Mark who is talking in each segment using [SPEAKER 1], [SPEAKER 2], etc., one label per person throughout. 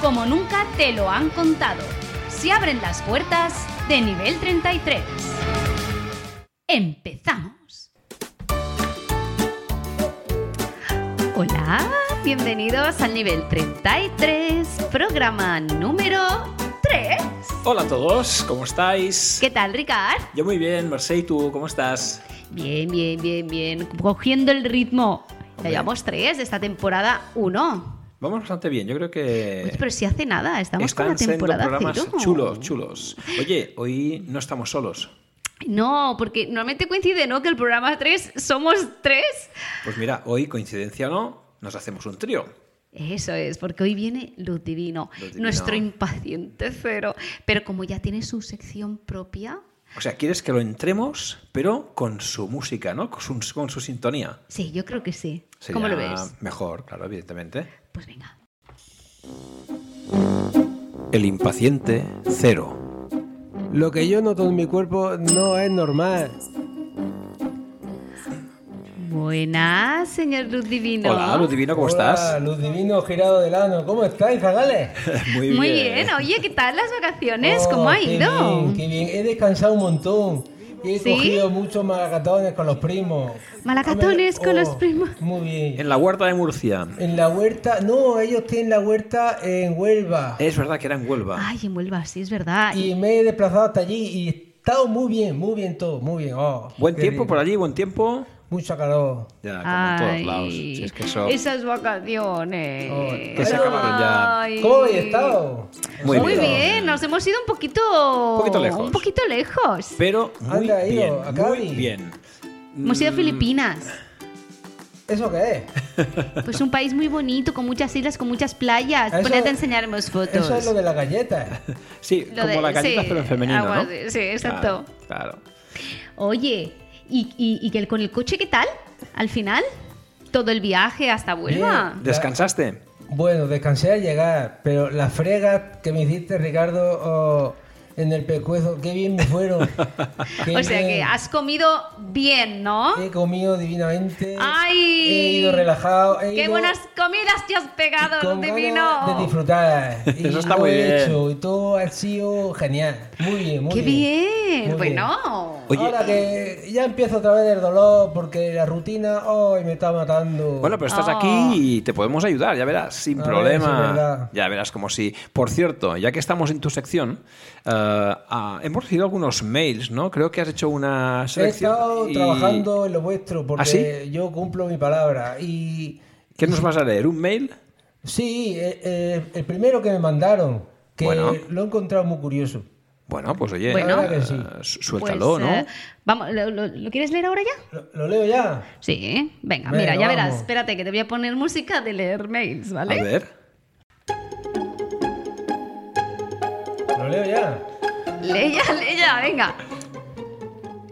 [SPEAKER 1] como nunca te lo han contado. Se abren las puertas de nivel 33. Empezamos. Hola, bienvenidos al nivel 33, programa número 3.
[SPEAKER 2] Hola a todos, ¿cómo estáis?
[SPEAKER 1] ¿Qué tal, Ricard?
[SPEAKER 2] Yo muy bien, Mercé, ¿y tú cómo estás?
[SPEAKER 1] Bien, bien, bien, bien. Cogiendo el ritmo. Ya
[SPEAKER 2] Hombre.
[SPEAKER 1] llevamos tres de esta temporada uno.
[SPEAKER 2] Vamos bastante bien, yo creo
[SPEAKER 1] Oye,
[SPEAKER 2] que...
[SPEAKER 1] pero si hace nada, estamos con
[SPEAKER 2] Eh, Están
[SPEAKER 1] la
[SPEAKER 2] siendo
[SPEAKER 1] temporada
[SPEAKER 2] programas
[SPEAKER 1] cero.
[SPEAKER 2] chulos, chulos. Oye, hoy no estamos solos.
[SPEAKER 1] No, porque normalmente coincide, ¿no? Que el programa tres somos tres.
[SPEAKER 2] Pues mira, hoy, coincidencia o no, nos hacemos un trío.
[SPEAKER 1] Eso es, porque hoy viene Luz Divino,
[SPEAKER 2] Luz Divino.
[SPEAKER 1] nuestro impaciente cero. Pero como ya tiene su sección propia,
[SPEAKER 2] O sea, quieres que lo entremos, pero con su música, ¿no? Con su, con su sintonía.
[SPEAKER 1] sí, yo creo que sí.
[SPEAKER 2] Sería
[SPEAKER 1] ¿Cómo lo ves?
[SPEAKER 2] Mejor, claro, evidentemente.
[SPEAKER 1] Pues venga.
[SPEAKER 2] El impaciente cero.
[SPEAKER 3] Lo que yo noto en mi cuerpo no es normal.
[SPEAKER 1] Buenas, señor Luz Divino.
[SPEAKER 2] Hola, Luz Divino, ¿cómo
[SPEAKER 3] Hola,
[SPEAKER 2] estás?
[SPEAKER 3] Luz Divino, girado del ano. ¿Cómo estáis, cagales?
[SPEAKER 1] Muy bien. oye, ¿qué tal las vacaciones?
[SPEAKER 3] Oh,
[SPEAKER 1] ¿Cómo ha
[SPEAKER 3] qué
[SPEAKER 1] ido?
[SPEAKER 3] bien, qué bien. He descansado un montón. Y he
[SPEAKER 1] ¿Sí?
[SPEAKER 3] cogido muchos maracatones con los primos. Oh,
[SPEAKER 1] Malacatones con los primos.
[SPEAKER 3] Muy bien.
[SPEAKER 2] En la huerta de Murcia.
[SPEAKER 3] En la huerta, no, ellos tienen la huerta en Huelva.
[SPEAKER 2] Es verdad que era en Huelva.
[SPEAKER 1] Ay, en Huelva, sí, es verdad.
[SPEAKER 3] Y me he desplazado hasta allí y he estado muy bien, muy bien todo, muy bien. Oh,
[SPEAKER 2] Buen
[SPEAKER 3] qué
[SPEAKER 2] tiempo
[SPEAKER 3] rico.
[SPEAKER 2] por allí, buen tiempo.
[SPEAKER 3] Mucho calor.
[SPEAKER 2] Ya,
[SPEAKER 1] Ay, Esas vacaciones.
[SPEAKER 3] Oh,
[SPEAKER 2] que se acabaron ya.
[SPEAKER 1] Ay.
[SPEAKER 3] ¿Cómo he estado?
[SPEAKER 2] Muy
[SPEAKER 1] Muy
[SPEAKER 2] bien.
[SPEAKER 1] bien, nos hemos ido un poquito. Un
[SPEAKER 2] poquito lejos.
[SPEAKER 1] Un poquito lejos.
[SPEAKER 2] Pero muy
[SPEAKER 3] Anda, Iro,
[SPEAKER 2] bien,
[SPEAKER 3] a
[SPEAKER 2] muy
[SPEAKER 3] Cali.
[SPEAKER 2] bien.
[SPEAKER 1] Hemos
[SPEAKER 3] Mm.
[SPEAKER 1] ido a Filipinas.
[SPEAKER 3] ¿Eso qué es?
[SPEAKER 1] Pues un país muy bonito, con muchas islas, con muchas playas.
[SPEAKER 3] Eso-
[SPEAKER 1] Ponete a enseñarnos fotos.
[SPEAKER 3] Eso es lo de las galletas.
[SPEAKER 2] Sí,
[SPEAKER 1] Lo
[SPEAKER 2] como
[SPEAKER 1] de-
[SPEAKER 2] la galleta,
[SPEAKER 1] sí,
[SPEAKER 2] pero en femenino,
[SPEAKER 1] algo
[SPEAKER 2] ¿no?
[SPEAKER 1] así, sí, exacto.
[SPEAKER 2] Claro. claro.
[SPEAKER 1] Oye, ¿y, y, y que el- con el coche qué tal? Al final, todo el viaje hasta Huelva.
[SPEAKER 3] Bien.
[SPEAKER 2] ¿Descansaste?
[SPEAKER 3] Bueno, descansé al llegar, pero las fregas que me hiciste, Ricardo, oh, en el pescuezo, qué bien me fueron. Qué
[SPEAKER 1] O sea que
[SPEAKER 3] bien.
[SPEAKER 1] has comido bien, ¿no?
[SPEAKER 3] He comido divinamente.
[SPEAKER 1] ¡Ay!
[SPEAKER 3] He ido relajado. he
[SPEAKER 1] ¡Qué
[SPEAKER 3] ido
[SPEAKER 1] buenas comidas te has pegado,
[SPEAKER 3] con
[SPEAKER 1] Luz
[SPEAKER 3] ganas
[SPEAKER 1] Divino!
[SPEAKER 3] De disfrutar. Y
[SPEAKER 2] Eso está
[SPEAKER 3] lo
[SPEAKER 2] muy
[SPEAKER 3] he
[SPEAKER 2] bien.
[SPEAKER 3] hecho, y todo ha sido genial. Muy bien, muy
[SPEAKER 1] ¡Qué bien!
[SPEAKER 3] Muy
[SPEAKER 1] bueno.
[SPEAKER 2] Oye, eh,
[SPEAKER 3] Ahora que ya empiezo otra vez el dolor porque la rutina hoy me está matando.
[SPEAKER 2] Bueno, pero estás
[SPEAKER 1] Oh.
[SPEAKER 2] aquí y te podemos ayudar, ya verás, sin
[SPEAKER 3] A ver, eso Ah, es
[SPEAKER 2] problema.
[SPEAKER 3] verdad.
[SPEAKER 2] ya verás como si. Por cierto, ya que estamos en tu sección, eh, ah, hemos recibido algunos mails, ¿no? Creo que has hecho una
[SPEAKER 3] He
[SPEAKER 2] selección.
[SPEAKER 3] estado
[SPEAKER 2] y-
[SPEAKER 3] trabajando en lo vuestro porque
[SPEAKER 2] ¿Ah, sí?
[SPEAKER 3] yo cumplo mi palabra. Y
[SPEAKER 2] ¿Qué nos vas a leer? ¿Un mail?
[SPEAKER 3] sí, eh, eh, el primero que me mandaron, que
[SPEAKER 2] Bueno.
[SPEAKER 3] lo he encontrado muy curioso.
[SPEAKER 2] Bueno, pues oye,
[SPEAKER 1] Bueno.
[SPEAKER 2] eh,
[SPEAKER 3] Ahora que sí.
[SPEAKER 2] su-
[SPEAKER 1] Pues,
[SPEAKER 2] suéltalo, ¿no?
[SPEAKER 1] eh, vamos, ¿lo, lo, lo quieres leer ahora ya?
[SPEAKER 3] ¿Lo, lo leo ya?
[SPEAKER 1] Sí, venga,
[SPEAKER 3] Venga,
[SPEAKER 1] mira, ya verás.
[SPEAKER 3] vamos.
[SPEAKER 1] Espérate, que te voy a poner música de leer mails,
[SPEAKER 2] A
[SPEAKER 1] ¿vale?
[SPEAKER 2] ver.
[SPEAKER 3] Lo leo ya.
[SPEAKER 1] Leya, leya, venga.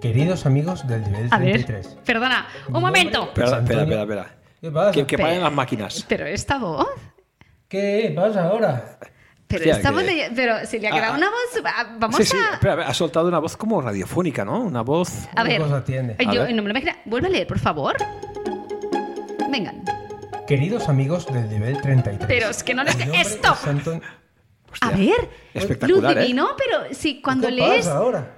[SPEAKER 3] Queridos amigos del nivel
[SPEAKER 1] A ver,
[SPEAKER 3] 33.
[SPEAKER 1] perdona, un
[SPEAKER 3] Mi nombre-
[SPEAKER 1] momento.
[SPEAKER 2] Espera,
[SPEAKER 3] Pues,
[SPEAKER 2] espera, espera.
[SPEAKER 3] Antonio-
[SPEAKER 2] espera.
[SPEAKER 3] ¿Qué pasa?
[SPEAKER 2] Que, que
[SPEAKER 1] Espera.
[SPEAKER 2] paren las máquinas.
[SPEAKER 1] Pero esta voz.
[SPEAKER 3] ¿Qué pasa ahora?
[SPEAKER 1] Pero
[SPEAKER 2] Hostia,
[SPEAKER 1] estamos
[SPEAKER 2] que-
[SPEAKER 1] leyendo. Pero se le ha
[SPEAKER 2] Ah,
[SPEAKER 1] quedado
[SPEAKER 2] ah.
[SPEAKER 1] una voz. ah, Vamos
[SPEAKER 2] sí, sí,
[SPEAKER 1] a.
[SPEAKER 2] espera, a ver, ha soltado una voz como radiofónica, ¿no? Una voz.
[SPEAKER 1] A
[SPEAKER 3] ¿Qué
[SPEAKER 1] ver.
[SPEAKER 3] cosas tiene?
[SPEAKER 1] eh,
[SPEAKER 2] A
[SPEAKER 1] yo
[SPEAKER 2] ver.
[SPEAKER 1] no me lo imagino. Vuelve a leer, por favor. Venga.
[SPEAKER 3] Queridos amigos del nivel 33.
[SPEAKER 1] Pero es que no
[SPEAKER 3] Mi
[SPEAKER 1] les-
[SPEAKER 3] nombre
[SPEAKER 1] ¡Stop!
[SPEAKER 3] es Antonio-
[SPEAKER 1] A ver.
[SPEAKER 2] espectacular,
[SPEAKER 1] Luz
[SPEAKER 2] ¿eh?
[SPEAKER 1] divino, pero si cuando
[SPEAKER 3] ¿Qué
[SPEAKER 1] lees.
[SPEAKER 3] pasa ahora?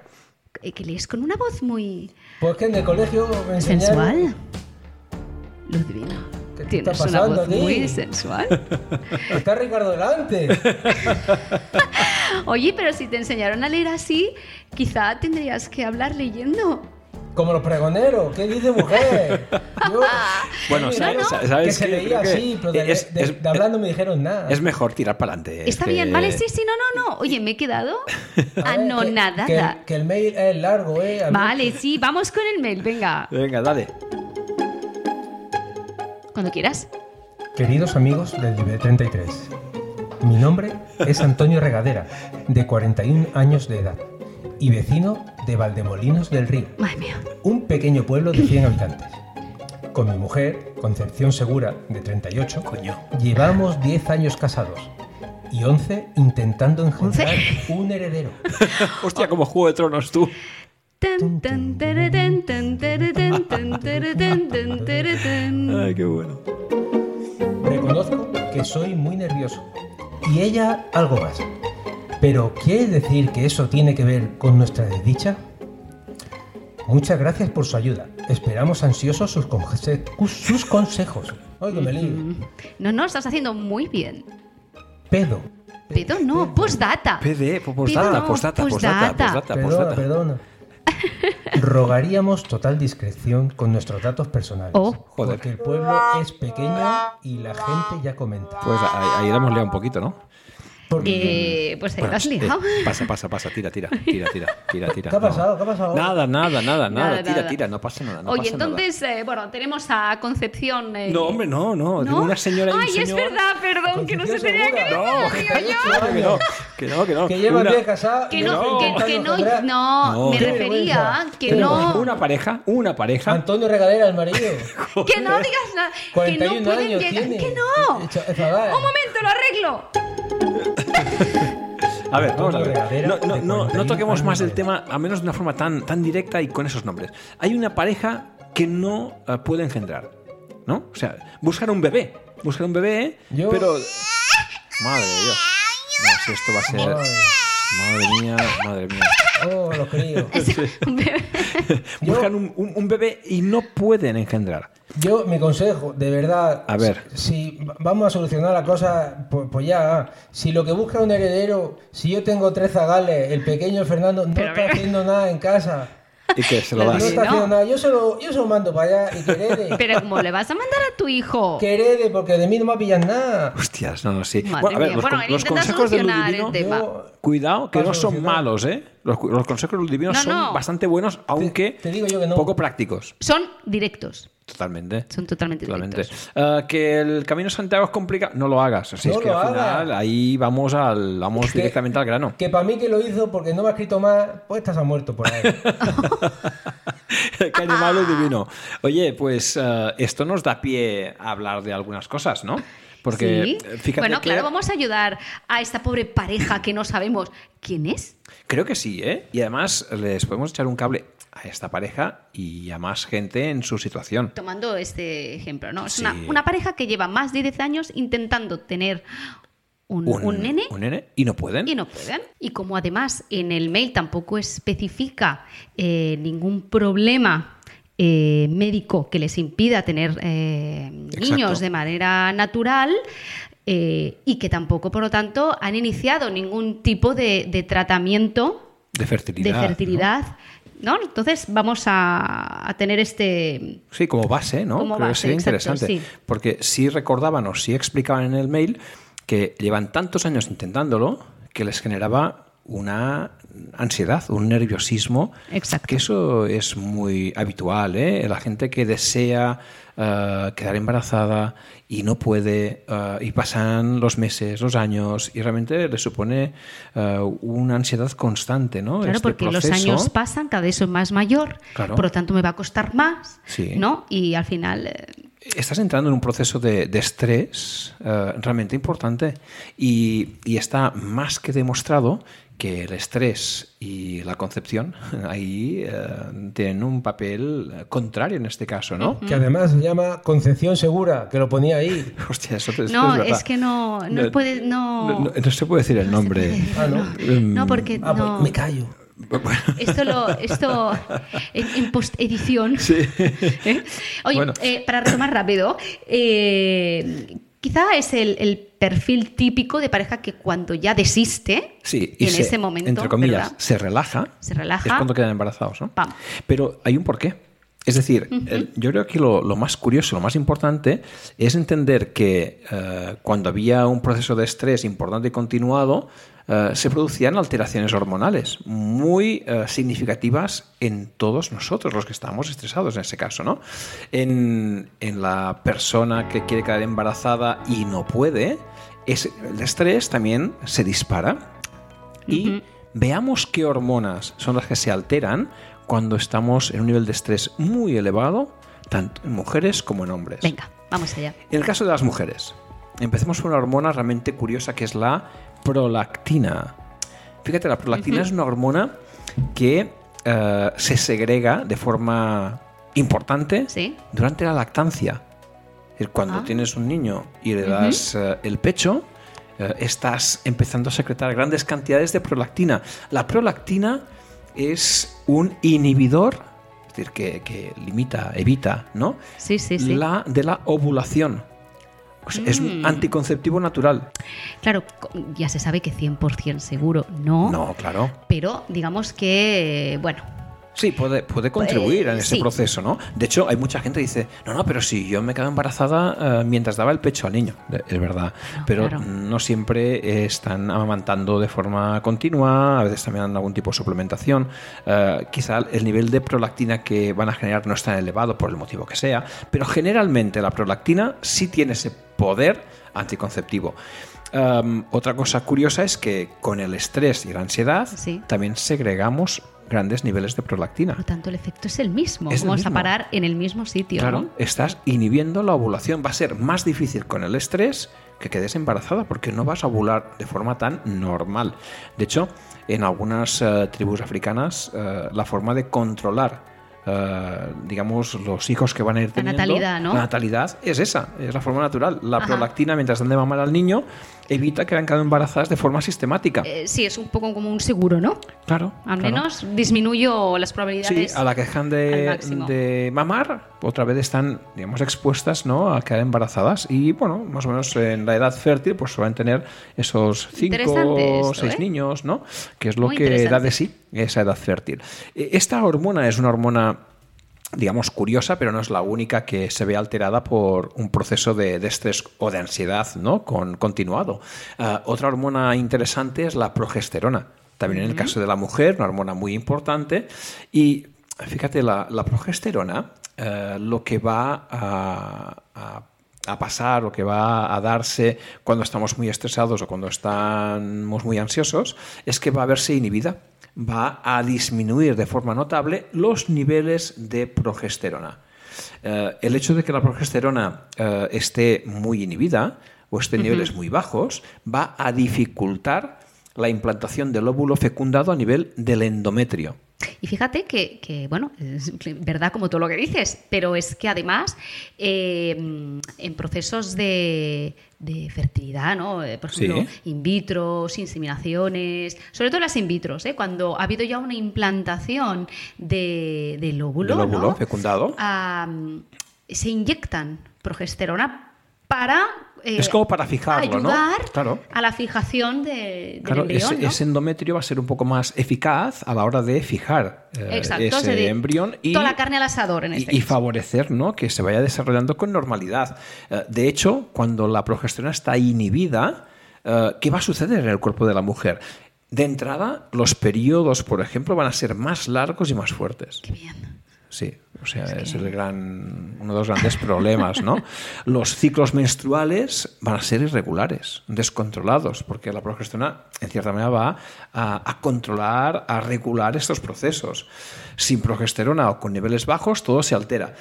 [SPEAKER 1] eh, Que lees con una voz muy
[SPEAKER 3] Pues que en el colegio me enseñaron...
[SPEAKER 1] sensual. Luz divino.
[SPEAKER 3] ¿Qué te
[SPEAKER 1] Tienes
[SPEAKER 3] está
[SPEAKER 1] una voz
[SPEAKER 3] pasando aquí?
[SPEAKER 1] muy sensual.
[SPEAKER 3] Está Ricardo delante.
[SPEAKER 1] Oye, pero si te enseñaron a leer así, quizá tendrías que hablar leyendo.
[SPEAKER 3] Como los pregoneros, ¿qué dice mujer? Yo-
[SPEAKER 2] Bueno,
[SPEAKER 3] Sí,
[SPEAKER 2] sa-
[SPEAKER 3] ¿no?
[SPEAKER 2] sa- sabes
[SPEAKER 3] que se
[SPEAKER 2] que
[SPEAKER 3] leía
[SPEAKER 2] creo que
[SPEAKER 3] así, pero de,
[SPEAKER 2] es-
[SPEAKER 3] de-
[SPEAKER 2] es- eh,
[SPEAKER 3] de hablando me dijeron nada.
[SPEAKER 2] Es mejor tirar para adelante. este
[SPEAKER 1] Está bien, vale, sí, sí, no, no, no. Oye, me he quedado
[SPEAKER 3] A ver, Ah, que- Que,
[SPEAKER 1] anonadada.
[SPEAKER 3] el- que el mail es largo, ¿eh? A mí-
[SPEAKER 1] Ah, Vale, sí, vamos con el mail, venga.
[SPEAKER 2] Venga, dale.
[SPEAKER 1] Cuando quieras.
[SPEAKER 3] Queridos amigos del Nivel 33, mi nombre es Antonio Regadera, de 41 años de edad y vecino de Valdemolinos del Río,
[SPEAKER 1] Madre mía.
[SPEAKER 3] un pequeño pueblo de 100 habitantes. Con mi mujer, Concepción Segura, de 38,
[SPEAKER 2] Coño.
[SPEAKER 3] llevamos 10 años casados y 11 intentando encontrar un heredero.
[SPEAKER 2] Hostia, como Juego de Tronos tú.
[SPEAKER 1] Tan, tan, tararán, tan, tararán, tan, tararán, tan, tararán.
[SPEAKER 2] Ay, qué bueno.
[SPEAKER 3] Reconozco que soy muy nervioso y ella algo más. Pero ¿quiere decir que eso tiene que ver con nuestra desdicha? Muchas gracias por su ayuda. Esperamos ansiosos sus, conse- sus consejos. Ay, que me lío.
[SPEAKER 1] No, no, estás haciendo muy bien.
[SPEAKER 3] Pedo.
[SPEAKER 1] Pedo no, postdata.
[SPEAKER 2] PD,
[SPEAKER 1] Pedo
[SPEAKER 2] pues, postdata,
[SPEAKER 1] no,
[SPEAKER 2] postdata, postdata, postdata,
[SPEAKER 3] Perdona,
[SPEAKER 2] postdata.
[SPEAKER 3] perdona. Rogaríamos total discreción con nuestros datos personales.
[SPEAKER 1] Oh.
[SPEAKER 2] Joder.
[SPEAKER 3] Porque el pueblo es pequeño y la gente ya comenta.
[SPEAKER 2] Pues ahí, ahí la hemos liado un poquito, ¿no?
[SPEAKER 1] Eh, pues ahí lo
[SPEAKER 2] Bueno,
[SPEAKER 1] has
[SPEAKER 2] eh,
[SPEAKER 1] ligado.
[SPEAKER 2] pasa, pasa, pasa, tira, tira, tira, tira, tira, tira.
[SPEAKER 3] ¿Qué ha
[SPEAKER 2] No.
[SPEAKER 3] pasado? ¿Qué ha pasado?
[SPEAKER 2] Nada, nada, nada, nada,
[SPEAKER 1] Nada,
[SPEAKER 2] tira,
[SPEAKER 1] nada.
[SPEAKER 2] tira, no pasa nada. No
[SPEAKER 1] Oye,
[SPEAKER 2] pasa nada.
[SPEAKER 1] entonces, eh, bueno, tenemos a Concepción. eh,
[SPEAKER 2] No, hombre, no, no,
[SPEAKER 1] ¿no?
[SPEAKER 2] una señora y un
[SPEAKER 1] Ay, es
[SPEAKER 2] señor.
[SPEAKER 1] verdad, perdón, que no se
[SPEAKER 3] Concepción
[SPEAKER 1] tenía que
[SPEAKER 3] Segura.
[SPEAKER 1] decir.
[SPEAKER 2] No,
[SPEAKER 1] digo yo.
[SPEAKER 2] que no, que no, que no.
[SPEAKER 3] Que lleva
[SPEAKER 2] Una-
[SPEAKER 3] 10 casados.
[SPEAKER 1] Que
[SPEAKER 3] y
[SPEAKER 1] no,
[SPEAKER 2] No.
[SPEAKER 1] que, que no, no,
[SPEAKER 2] No.
[SPEAKER 1] me
[SPEAKER 2] Qué
[SPEAKER 1] refería
[SPEAKER 3] vergüenza.
[SPEAKER 1] que
[SPEAKER 3] Qué
[SPEAKER 2] Tenemos
[SPEAKER 1] no,
[SPEAKER 2] Una pareja, una pareja.
[SPEAKER 3] Antonio Regadera, el marido.
[SPEAKER 1] que no digas nada, que no
[SPEAKER 3] 41
[SPEAKER 1] pueden
[SPEAKER 3] años
[SPEAKER 1] llegar,
[SPEAKER 3] tiene.
[SPEAKER 1] que no.
[SPEAKER 3] Es- es verdad.
[SPEAKER 1] Un momento, lo arreglo.
[SPEAKER 2] A ver, vamos a ver.
[SPEAKER 3] Regadera
[SPEAKER 2] No, no,
[SPEAKER 3] de
[SPEAKER 2] no, no
[SPEAKER 3] 41
[SPEAKER 2] toquemos más el
[SPEAKER 3] años.
[SPEAKER 2] tema, a menos de una forma tan, tan directa y con esos nombres. Hay una pareja que no eh, puede engendrar, ¿no? O sea, buscar un bebé. Buscar un bebé,
[SPEAKER 3] Yo-
[SPEAKER 2] pero. Madre de Dios. No, si esto va a ser. Madre mía, madre mía.
[SPEAKER 3] Oh, los críos.
[SPEAKER 2] Buscan un, un- un bebé y no pueden engendrar.
[SPEAKER 3] Yo, mi consejo, de verdad.
[SPEAKER 2] A ver.
[SPEAKER 3] Si, si vamos a solucionar la cosa, pues, pues ya. Si lo que busca un heredero, si yo tengo tres zagales, el pequeño Fernando no
[SPEAKER 1] Pero a
[SPEAKER 3] está
[SPEAKER 1] ver.
[SPEAKER 3] haciendo nada en casa.
[SPEAKER 2] Y que se lo
[SPEAKER 1] La
[SPEAKER 3] No
[SPEAKER 2] das.
[SPEAKER 1] Así
[SPEAKER 3] está haciendo
[SPEAKER 1] no.
[SPEAKER 3] nada. Yo se lo, yo se lo mando para allá y que herede.
[SPEAKER 1] Pero ¿cómo le vas a mandar a tu hijo?
[SPEAKER 3] Que herede, porque de mí no me pillan nada.
[SPEAKER 2] Hostias, no, no, sí.
[SPEAKER 1] Madre
[SPEAKER 2] bueno, a ver,
[SPEAKER 1] mía.
[SPEAKER 2] los,
[SPEAKER 1] Bueno,
[SPEAKER 2] con- los
[SPEAKER 1] intenta
[SPEAKER 2] consejos de
[SPEAKER 1] solucionar el
[SPEAKER 2] Ludivino,
[SPEAKER 1] tema.
[SPEAKER 3] Yo-
[SPEAKER 2] cuidado, que
[SPEAKER 3] Para
[SPEAKER 2] no son
[SPEAKER 3] solucionar.
[SPEAKER 2] malos, ¿eh? Los, cu- los consejos de Ludivino
[SPEAKER 1] No,
[SPEAKER 2] son
[SPEAKER 1] no.
[SPEAKER 2] bastante buenos, aunque
[SPEAKER 3] te digo yo que no.
[SPEAKER 2] poco prácticos.
[SPEAKER 1] Son directos,
[SPEAKER 2] Totalmente.
[SPEAKER 1] son totalmente,
[SPEAKER 2] Totalmente.
[SPEAKER 1] directos.
[SPEAKER 2] Ah, que el camino de Santiago es complicado. No lo hagas. Así
[SPEAKER 3] No
[SPEAKER 2] es que
[SPEAKER 3] lo
[SPEAKER 2] al
[SPEAKER 3] hagas.
[SPEAKER 2] final ahí vamos al vamos
[SPEAKER 3] Que-
[SPEAKER 2] directamente al grano.
[SPEAKER 3] Que para mí que lo hizo porque no me ha escrito más, pues estás a muerto por ahí.
[SPEAKER 2] Qué animal Ludivino. Oye, pues ah, esto nos da pie a hablar de algunas cosas, ¿no? Porque
[SPEAKER 1] Sí.
[SPEAKER 2] eh, fíjate
[SPEAKER 1] bueno,
[SPEAKER 2] que
[SPEAKER 1] claro, vamos a ayudar a esta pobre pareja que no sabemos quién es.
[SPEAKER 2] Creo que sí, ¿eh? Y además les podemos echar un cable a esta pareja y a más gente en su situación.
[SPEAKER 1] Tomando este ejemplo, ¿no? Es
[SPEAKER 2] Sí.
[SPEAKER 1] una, una pareja que lleva más de 10 años intentando tener un, un nene
[SPEAKER 2] Un nene y no pueden.
[SPEAKER 1] y no pueden. Y como además en el mail tampoco especifica eh, ningún problema eh, médico que les impida tener eh,
[SPEAKER 2] Exacto.
[SPEAKER 1] niños de manera natural. eh, y que tampoco, por lo tanto, han iniciado ningún tipo de, de tratamiento
[SPEAKER 2] De
[SPEAKER 1] de
[SPEAKER 2] fertilidad.
[SPEAKER 1] fertilidad. ¿no? Entonces vamos a, a tener este...
[SPEAKER 2] ¿no? Sí, como base, ¿no?
[SPEAKER 1] Como
[SPEAKER 2] Creo que
[SPEAKER 1] base,
[SPEAKER 2] sería
[SPEAKER 1] exacto,
[SPEAKER 2] interesante.
[SPEAKER 1] sí.
[SPEAKER 2] Porque sí recordaban o sí explicaban en el mail que llevan tantos años intentándolo que les generaba una ansiedad, un nerviosismo.
[SPEAKER 1] Exacto.
[SPEAKER 2] Que eso es muy habitual, ¿eh? La gente que desea eh, quedar embarazada y no puede, eh, y pasan los meses, los años, y realmente le supone eh, una ansiedad constante, ¿no?
[SPEAKER 1] Claro,
[SPEAKER 2] Este
[SPEAKER 1] porque los
[SPEAKER 2] proceso.
[SPEAKER 1] años pasan, cada vez soy más mayor,
[SPEAKER 2] Claro.
[SPEAKER 1] por lo tanto me va a costar más,
[SPEAKER 2] Sí.
[SPEAKER 1] ¿no? Y al final... eh,
[SPEAKER 2] Estás entrando en un proceso de, de estrés eh, realmente importante y, y está más que demostrado que el estrés y la concepción ahí eh, tienen un papel eh, contrario en este caso, ¿no?
[SPEAKER 3] que además se llama Concepción Segura, que lo ponía ahí.
[SPEAKER 2] Hostia, eso te-
[SPEAKER 1] No,
[SPEAKER 2] verdad.
[SPEAKER 1] es que no- no puede- no-
[SPEAKER 2] no- no se puede decir el nombre.
[SPEAKER 3] Ah, no.
[SPEAKER 2] Mm,
[SPEAKER 1] No, porque
[SPEAKER 3] Ah, pues
[SPEAKER 1] no.
[SPEAKER 3] me callo.
[SPEAKER 1] Esto lo, esto en, en postedición. ¿Eh? Oye,
[SPEAKER 2] Bueno.
[SPEAKER 1] eh, para retomar rápido, eh, quizá es el, el perfil típico de pareja que cuando ya desiste,
[SPEAKER 2] Sí,
[SPEAKER 1] en
[SPEAKER 2] se-
[SPEAKER 1] ese momento,
[SPEAKER 2] entre comillas,
[SPEAKER 1] ¿verdad?
[SPEAKER 2] se relaja.
[SPEAKER 1] Se relaja.
[SPEAKER 2] Es cuando quedan embarazados, ¿no?
[SPEAKER 1] Pam.
[SPEAKER 2] Pero hay un porqué. Es decir, el- yo creo que lo, lo más curioso, lo más importante es entender que eh, cuando había un proceso de estrés importante y continuado, eh, se producían alteraciones hormonales muy eh, significativas en todos nosotros, los que estábamos estresados en ese caso, ¿no? En, en la persona que quiere quedar embarazada y no puede, es- el estrés también se dispara y veamos qué hormonas son las que se alteran cuando estamos en un nivel de estrés muy elevado, tanto en mujeres como en hombres.
[SPEAKER 1] Venga, vamos allá.
[SPEAKER 2] En el caso de las mujeres, empecemos por una hormona realmente curiosa que es la prolactina. Fíjate, la prolactina es una hormona que eh, se segrega de forma importante
[SPEAKER 1] Sí.
[SPEAKER 2] durante la lactancia. Es decir, Cuando
[SPEAKER 1] Ah.
[SPEAKER 2] tienes un niño y le das eh, el pecho, eh, estás empezando a secretar grandes cantidades de prolactina. La prolactina es un inhibidor, es decir, que, que limita, evita, ¿no?
[SPEAKER 1] Sí, sí, sí. Mm.
[SPEAKER 2] La de la ovulación. O sea, Es un anticonceptivo natural.
[SPEAKER 1] Claro, co- ya se sabe que 100% seguro no,
[SPEAKER 2] No, claro.
[SPEAKER 1] pero digamos que, bueno,
[SPEAKER 2] Sí, puede, puede contribuir
[SPEAKER 1] Eh,
[SPEAKER 2] en ese
[SPEAKER 1] sí.
[SPEAKER 2] proceso, ¿no? De hecho, hay mucha gente que dice, no, no, pero si yo me quedo embarazada eh, mientras daba el pecho al niño. Eh, Es verdad.
[SPEAKER 1] No,
[SPEAKER 2] pero
[SPEAKER 1] claro.
[SPEAKER 2] no siempre eh, están amamantando de forma continua, a veces también dan algún tipo de suplementación. Eh, quizá el nivel de prolactina que van a generar no es tan elevado por el motivo que sea, pero generalmente la prolactina sí tiene ese poder anticonceptivo. Um, otra cosa curiosa es que con el estrés y la ansiedad
[SPEAKER 1] Sí.
[SPEAKER 2] también segregamos grandes niveles de prolactina.
[SPEAKER 1] por tanto el efecto es el mismo.
[SPEAKER 2] Es el
[SPEAKER 1] Vamos
[SPEAKER 2] mismo.
[SPEAKER 1] a parar en el mismo sitio.
[SPEAKER 2] Claro,
[SPEAKER 1] ¿no?
[SPEAKER 2] estás inhibiendo la ovulación. Va a ser más difícil con el estrés que quedes embarazada porque no vas a ovular de forma tan normal. De hecho, en algunas eh, tribus africanas, eh, la forma de controlar, eh, digamos, los hijos que van a ir teniendo,
[SPEAKER 1] natalidad, ¿no?
[SPEAKER 2] la natalidad es esa, es la forma natural. La
[SPEAKER 1] Ajá.
[SPEAKER 2] prolactina, mientras dan de mamar al niño, evita que hayan quedado embarazadas de forma sistemática.
[SPEAKER 1] Eh, sí, es un poco como un seguro, ¿no?
[SPEAKER 2] claro.
[SPEAKER 1] Al
[SPEAKER 2] claro.
[SPEAKER 1] menos disminuyo las
[SPEAKER 2] Sí,
[SPEAKER 1] probabilidades.
[SPEAKER 2] a la que dejan
[SPEAKER 1] al
[SPEAKER 2] de,
[SPEAKER 1] máximo.
[SPEAKER 2] de mamar, otra vez están, digamos, expuestas ¿no? a quedar embarazadas. Y bueno, más o menos en la edad fértil, pues suelen tener esos cinco
[SPEAKER 1] Interesante esto,
[SPEAKER 2] o seis
[SPEAKER 1] ¿eh?
[SPEAKER 2] niños, ¿no? Que es lo
[SPEAKER 1] Muy
[SPEAKER 2] que da
[SPEAKER 1] interesante.
[SPEAKER 2] de sí esa edad fértil. Eh, Esta hormona es una hormona digamos, curiosa, pero no es la única que se ve alterada por un proceso de, de estrés o de ansiedad ¿no? Con, continuado. Ah, otra hormona interesante es la progesterona. También en el caso de la mujer, una hormona muy importante. Y fíjate, la, la progesterona eh, lo que va a- a a pasar o que va a darse cuando estamos muy estresados o cuando estamos muy ansiosos es que va a verse inhibida, va a disminuir de forma notable los niveles de progesterona. Eh, el hecho de que la progesterona eh, esté muy inhibida o esté en niveles muy bajos va a dificultar la implantación del óvulo fecundado a nivel del endometrio.
[SPEAKER 1] Y fíjate que, que, bueno, es verdad como todo lo que dices, pero es que además eh, en procesos de, de fertilidad, ¿no? Eh, Por
[SPEAKER 2] Sí.
[SPEAKER 1] ejemplo, in vitro, inseminaciones, sobre todo las in vitro, ¿eh? cuando ha habido ya una implantación de, del óvulo,
[SPEAKER 2] Del óvulo
[SPEAKER 1] ¿no?
[SPEAKER 2] fecundado.
[SPEAKER 1] Ah, se inyectan progesterona para... eh,
[SPEAKER 2] Es como para fijarlo, ¿no?
[SPEAKER 1] ayudar
[SPEAKER 2] Claro.
[SPEAKER 1] a la fijación de, del
[SPEAKER 2] Claro,
[SPEAKER 1] embrión,
[SPEAKER 2] ese,
[SPEAKER 1] ¿no?
[SPEAKER 2] ese endometrio va a ser un poco más eficaz a la hora de fijar eh,
[SPEAKER 1] Exacto,
[SPEAKER 2] ese
[SPEAKER 1] se di-
[SPEAKER 2] embrión y,
[SPEAKER 1] toda la carne al asador en
[SPEAKER 2] y-
[SPEAKER 1] este
[SPEAKER 2] y
[SPEAKER 1] caso.
[SPEAKER 2] favorecer ¿no? que se vaya desarrollando con normalidad. Eh, de hecho, cuando la progesterona está inhibida, eh, ¿qué va a suceder en el cuerpo de la mujer? De entrada, los periodos, por ejemplo, van a ser más largos y más fuertes.
[SPEAKER 1] Qué bien.
[SPEAKER 2] Sí, o sea, es, el gran, uno de los grandes problemas, ¿no? los ciclos menstruales van a ser irregulares, descontrolados, porque la progesterona, en cierta manera, va a, a controlar, a regular estos procesos. Sin progesterona o con niveles bajos, todo se altera.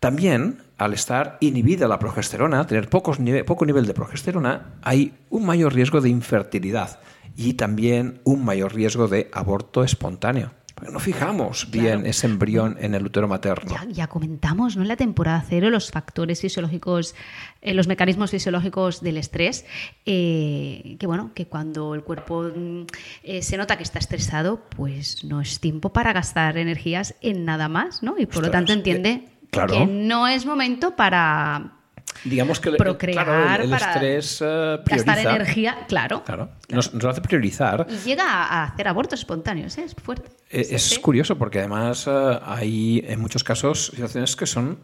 [SPEAKER 2] También, al estar inhibida la progesterona, tener pocos nive- poco nivel de progesterona, hay un mayor riesgo de infertilidad y también un mayor riesgo de aborto espontáneo. Porque no fijamos bien ese embrión en el útero materno.
[SPEAKER 1] Ya, ya comentamos ¿no? en la temporada cero los factores fisiológicos, eh, los mecanismos fisiológicos del estrés, eh, que bueno, que cuando el cuerpo mm, eh, se nota que está estresado, pues no es tiempo para gastar energías en nada más, ¿no? Y por lo
[SPEAKER 2] Ostras,
[SPEAKER 1] tanto entiende
[SPEAKER 2] eh, claro.
[SPEAKER 1] que no es momento para
[SPEAKER 2] Digamos que
[SPEAKER 1] procrear,
[SPEAKER 2] claro, el, el
[SPEAKER 1] para
[SPEAKER 2] estrés eh, prioriza.
[SPEAKER 1] gastar energía, claro.
[SPEAKER 2] Claro, Nos, nos hace priorizar.
[SPEAKER 1] Y llega a hacer abortos espontáneos, ¿eh? es fuerte.
[SPEAKER 2] Eh,
[SPEAKER 1] Sí,
[SPEAKER 2] es
[SPEAKER 1] sí.
[SPEAKER 2] curioso porque además eh, hay en muchos casos situaciones que son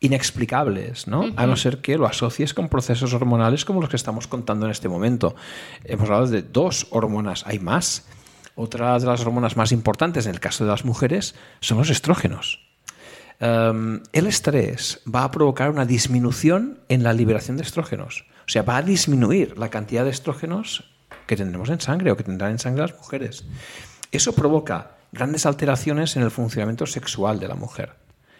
[SPEAKER 2] inexplicables, ¿no? A no ser que lo asocies con procesos hormonales como los que estamos contando en este momento. Hemos hablado de dos hormonas, hay más. Otra de las hormonas más importantes en el caso de las mujeres son los estrógenos. Um, el estrés va a provocar una disminución en la liberación de estrógenos. O sea, va a disminuir la cantidad de estrógenos que tendremos en sangre o que tendrán en sangre las mujeres. Eso provoca grandes alteraciones en el funcionamiento sexual de la mujer.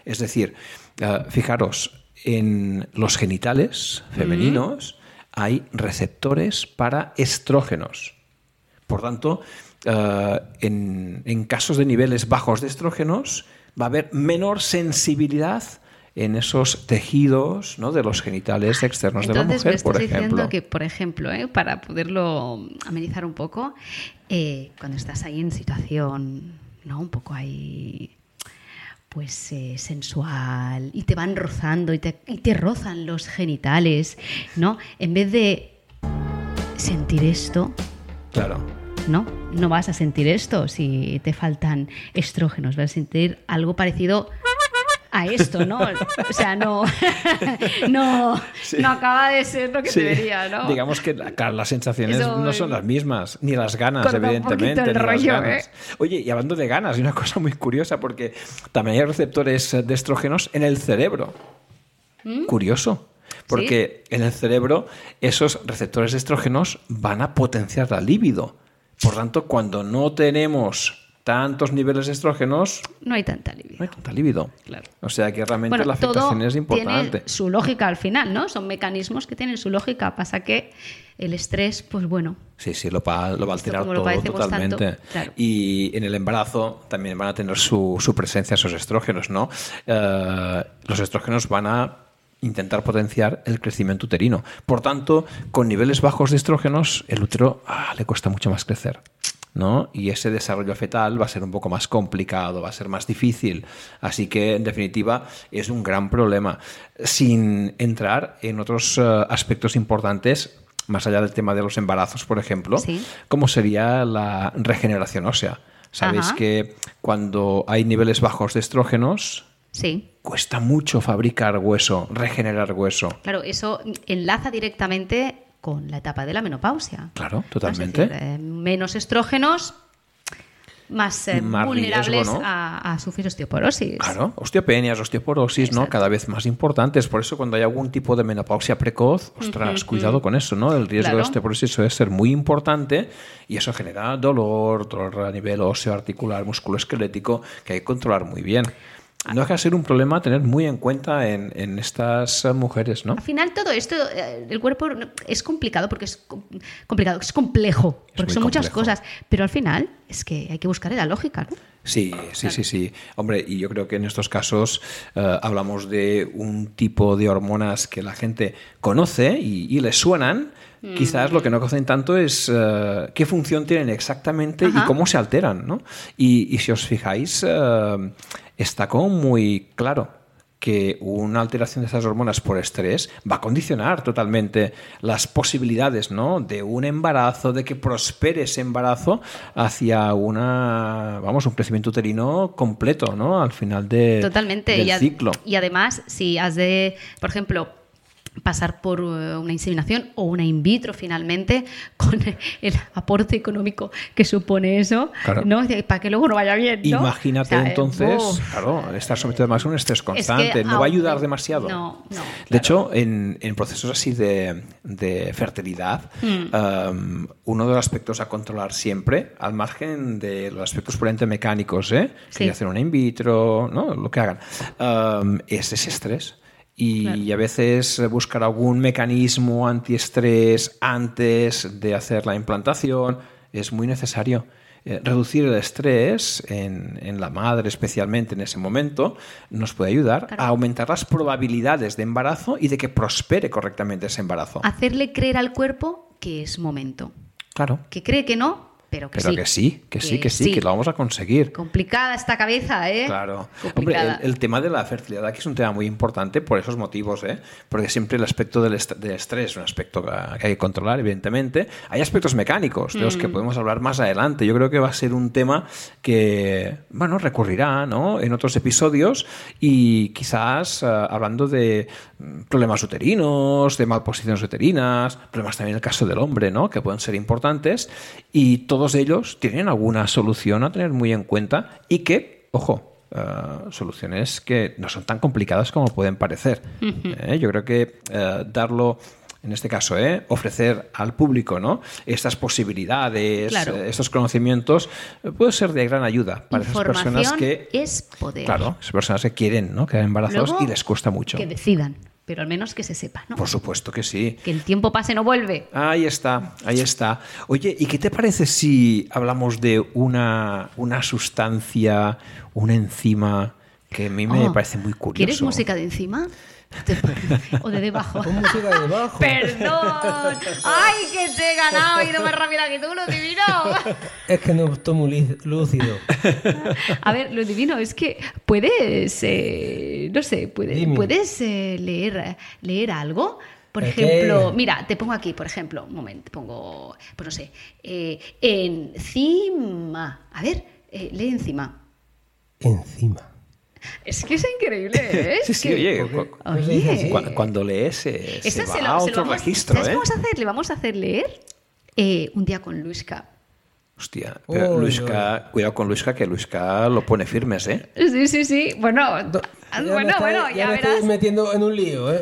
[SPEAKER 2] Es decir, uh, fijaros, en los genitales femeninos hay receptores para estrógenos. Por tanto, eh, en, en casos de niveles bajos de estrógenos va a haber menor sensibilidad en esos tejidos ¿no? de los genitales externos
[SPEAKER 1] Entonces
[SPEAKER 2] de la
[SPEAKER 1] me
[SPEAKER 2] mujer, por
[SPEAKER 1] estás diciendo
[SPEAKER 2] ejemplo.
[SPEAKER 1] que, por ejemplo, ¿eh? para poderlo amenizar un poco, eh, cuando estás ahí en situación, ¿no? Un poco ahí pues eh, sensual y te van rozando y te, y te rozan los genitales, ¿no? En vez de sentir esto,
[SPEAKER 2] Claro.
[SPEAKER 1] ¿no? No vas a sentir esto si te faltan estrógenos, vas a sentir algo parecido a esto, ¿no? O sea, no, no,
[SPEAKER 2] Sí.
[SPEAKER 1] no acaba de ser lo que
[SPEAKER 2] Sí.
[SPEAKER 1] debería, ¿no?
[SPEAKER 2] Digamos que la- claro, las sensaciones
[SPEAKER 1] Eso,
[SPEAKER 2] no son
[SPEAKER 1] eh,
[SPEAKER 2] las mismas, ni las ganas,
[SPEAKER 1] corta un
[SPEAKER 2] evidentemente.
[SPEAKER 1] poquito el
[SPEAKER 2] ni las
[SPEAKER 1] rollo,
[SPEAKER 2] ganas.
[SPEAKER 1] ¿eh?
[SPEAKER 2] Oye, y hablando de ganas, hay una cosa muy curiosa, porque también hay receptores eh, de estrógenos en el cerebro.
[SPEAKER 1] ¿Mm?
[SPEAKER 2] Curioso. Porque en el cerebro esos receptores de estrógenos van a potenciar la libido. Por tanto, cuando no tenemos tantos niveles de estrógenos,
[SPEAKER 1] No hay tanta libido.
[SPEAKER 2] no hay tanta libido.
[SPEAKER 1] Claro.
[SPEAKER 2] O sea que realmente
[SPEAKER 1] Bueno,
[SPEAKER 2] la
[SPEAKER 1] todo
[SPEAKER 2] afectación es importante.
[SPEAKER 1] tiene su lógica al final, ¿no? Son mecanismos que tienen su lógica. Pasa que el estrés, pues bueno,
[SPEAKER 2] Sí, sí, lo va, lo va a
[SPEAKER 1] Esto
[SPEAKER 2] alterar
[SPEAKER 1] como lo
[SPEAKER 2] todo
[SPEAKER 1] padecemos
[SPEAKER 2] totalmente.
[SPEAKER 1] tanto, claro.
[SPEAKER 2] Y en el embarazo también van a tener su, su presencia esos estrógenos, ¿no? Eh, los estrógenos van a intentar potenciar el crecimiento uterino. Por tanto, con niveles bajos de estrógenos, el útero ah, le cuesta mucho más crecer. ¿no? Y ese desarrollo fetal va a ser un poco más complicado, va a ser más difícil. Así que, en definitiva, es un gran problema. Sin entrar en otros eh, aspectos importantes, más allá del tema de los embarazos, por ejemplo,
[SPEAKER 1] Sí.
[SPEAKER 2] como sería la regeneración ósea. Sabéis
[SPEAKER 1] Ajá.
[SPEAKER 2] que cuando hay niveles bajos de estrógenos,
[SPEAKER 1] sí.
[SPEAKER 2] cuesta mucho fabricar hueso, regenerar hueso.
[SPEAKER 1] Claro, eso enlaza directamente con la etapa de la menopausia.
[SPEAKER 2] Claro,
[SPEAKER 1] ¿no? Es
[SPEAKER 2] totalmente.
[SPEAKER 1] decir, eh, menos estrógenos, más, eh,
[SPEAKER 2] Más
[SPEAKER 1] vulnerables
[SPEAKER 2] riesgo, ¿no?
[SPEAKER 1] a, a sufrir osteoporosis.
[SPEAKER 2] Claro, osteopenias, osteoporosis, ¿no?
[SPEAKER 1] Exacto.
[SPEAKER 2] Cada vez más importantes. Por eso cuando hay algún tipo de menopausia precoz, ostras, cuidado con eso, ¿no? El riesgo de
[SPEAKER 1] Claro.
[SPEAKER 2] osteoporosis suele ser muy importante y eso genera dolor, dolor a nivel óseo, articular, musculoesquelético, que hay que controlar muy bien. No deja de ser un problema a tener muy en cuenta en, en estas eh, mujeres, ¿no?
[SPEAKER 1] Al final todo esto, eh, el cuerpo no- es complicado porque es com- complicado, es complejo,
[SPEAKER 2] Es
[SPEAKER 1] porque
[SPEAKER 2] muy
[SPEAKER 1] son muchas
[SPEAKER 2] complejo.
[SPEAKER 1] cosas, pero al final es que hay que buscar la lógica, ¿no?
[SPEAKER 2] Sí, sí, sí, sí. Hombre, y yo creo que en estos casos eh, hablamos de un tipo de hormonas que la gente conoce y, y le suenan. Quizás lo que no conocen tanto es eh, qué función tienen exactamente y
[SPEAKER 1] Ajá.
[SPEAKER 2] cómo se alteran, ¿no? Y, y si os fijáis, eh, está como muy claro que una alteración de esas hormonas por estrés va a condicionar totalmente las posibilidades ¿no? de un embarazo, de que prospere ese embarazo hacia una vamos, un crecimiento uterino completo, ¿no? Al final de,
[SPEAKER 1] Totalmente.
[SPEAKER 2] Eh, del
[SPEAKER 1] y, ad-
[SPEAKER 2] ciclo.
[SPEAKER 1] y además, si has de, por ejemplo, pasar por eh, una inseminación o una in vitro finalmente, con el aporte económico que supone eso,
[SPEAKER 2] Claro.
[SPEAKER 1] ¿no? De- Para que luego no vaya bien. ¿no?
[SPEAKER 2] Imagínate
[SPEAKER 1] O sea, eh,
[SPEAKER 2] entonces,
[SPEAKER 1] uf,
[SPEAKER 2] claro, estar sometido además a un estrés
[SPEAKER 1] es que
[SPEAKER 2] constante, no va a
[SPEAKER 1] aún-
[SPEAKER 2] ayudar demasiado.
[SPEAKER 1] No, no.
[SPEAKER 2] De
[SPEAKER 1] claro.
[SPEAKER 2] hecho, en, en procesos así de, de fertilidad,
[SPEAKER 1] Mm.
[SPEAKER 2] um, uno de los aspectos a controlar siempre, al margen de los aspectos puramente mecánicos, ¿eh?
[SPEAKER 1] Sí.
[SPEAKER 2] que hacen una in vitro, ¿no? lo que hagan, um, es ese estrés. Y, a veces eh, buscar algún mecanismo antiestrés antes de hacer la implantación es muy necesario. Eh, reducir el estrés en, en la madre, especialmente en ese momento, nos puede ayudar
[SPEAKER 1] Claro.
[SPEAKER 2] a aumentar las probabilidades de embarazo y de que prospere
[SPEAKER 1] Ah,
[SPEAKER 2] correctamente ese embarazo.
[SPEAKER 1] Hacerle creer al cuerpo que es momento.
[SPEAKER 2] Claro.
[SPEAKER 1] Que cree que no, pero que
[SPEAKER 2] Pero
[SPEAKER 1] sí.
[SPEAKER 2] que sí, que sí, que sí, que lo vamos a conseguir.
[SPEAKER 1] Complicada esta cabeza, ¿eh?
[SPEAKER 2] Claro. Hombre,
[SPEAKER 1] Complicada.
[SPEAKER 2] el, el tema de la fertilidad aquí es un tema muy importante por esos motivos, ¿eh? Porque siempre el aspecto del, est- del estrés es un aspecto que que hay que controlar, evidentemente. Hay aspectos mecánicos de los que podemos hablar más adelante. Yo creo que va a ser un tema que, bueno, recurrirá, ¿no? En otros episodios y quizás ah, hablando de mm, problemas uterinos, de malposiciones uterinas, problemas también en el caso del hombre, ¿no? Que pueden ser importantes y todos ellos tienen alguna solución a tener muy en cuenta y que, ojo, eh, soluciones que no son tan complicadas como pueden parecer. ¿Eh? Yo creo que eh, darlo, en este caso, ¿eh? ofrecer al público ¿no? estas posibilidades,
[SPEAKER 1] Claro.
[SPEAKER 2] eh, estos conocimientos, eh, puede ser de gran ayuda para esas
[SPEAKER 1] Información
[SPEAKER 2] personas que...
[SPEAKER 1] es poder.
[SPEAKER 2] Claro, esas personas que quieren ¿no? quedar embarazados
[SPEAKER 1] Luego,
[SPEAKER 2] y les cuesta mucho.
[SPEAKER 1] Que decidan, pero al menos que se sepa, ¿no?
[SPEAKER 2] Por supuesto que sí.
[SPEAKER 1] Que el tiempo pase no vuelve.
[SPEAKER 2] Ahí está, ahí está. Oye, ¿y qué te parece si hablamos de una, una sustancia, una enzima que a mí me
[SPEAKER 1] Oh,
[SPEAKER 2] parece muy curioso?
[SPEAKER 1] ¿Quieres música de encima? ¿O de debajo?
[SPEAKER 3] Con música de bajo.
[SPEAKER 1] ¡Perdón! ¡Ay, que te he ganado! He ido más rápida que tú, lo divino.
[SPEAKER 3] Es que no estoy muy lí- lúcido.
[SPEAKER 1] A ver, lo divino es que puedes, eh, no sé, puede-
[SPEAKER 3] Dime.
[SPEAKER 1] puedes eh, leer, leer algo. Por
[SPEAKER 3] ¿El
[SPEAKER 1] ejemplo,
[SPEAKER 3] qué?
[SPEAKER 1] mira, te pongo aquí, por ejemplo, un momento, pongo, pues no sé, eh, encima. A ver, eh, lee encima.
[SPEAKER 3] Encima.
[SPEAKER 1] Es que es increíble, ¿eh?
[SPEAKER 2] Sí,
[SPEAKER 1] Es
[SPEAKER 2] sí,
[SPEAKER 1] que-
[SPEAKER 2] oye, cu-
[SPEAKER 3] No se dice
[SPEAKER 1] Oye.
[SPEAKER 3] Pues así.
[SPEAKER 2] cu- cuando lees se, se
[SPEAKER 1] Esa
[SPEAKER 2] va
[SPEAKER 1] se lo-
[SPEAKER 2] a
[SPEAKER 1] se lo
[SPEAKER 2] otro
[SPEAKER 1] vamos-
[SPEAKER 2] registro,
[SPEAKER 1] ¿Sabes
[SPEAKER 2] ¿eh?
[SPEAKER 1] qué vamos a hacer? Le vamos a hacer leer eh, un día con Luisca.
[SPEAKER 2] Hostia, pero
[SPEAKER 3] Uy,
[SPEAKER 2] Luisca, cuidado con Luisca, que Luisca lo pone firmes, ¿eh?
[SPEAKER 1] Sí, sí, sí. Bueno,
[SPEAKER 3] Do-
[SPEAKER 1] ah,
[SPEAKER 3] me
[SPEAKER 1] bueno,
[SPEAKER 3] estáis-
[SPEAKER 1] bueno, ya,
[SPEAKER 3] me estáis
[SPEAKER 1] verás.
[SPEAKER 3] metiendo en un lío, ¿eh?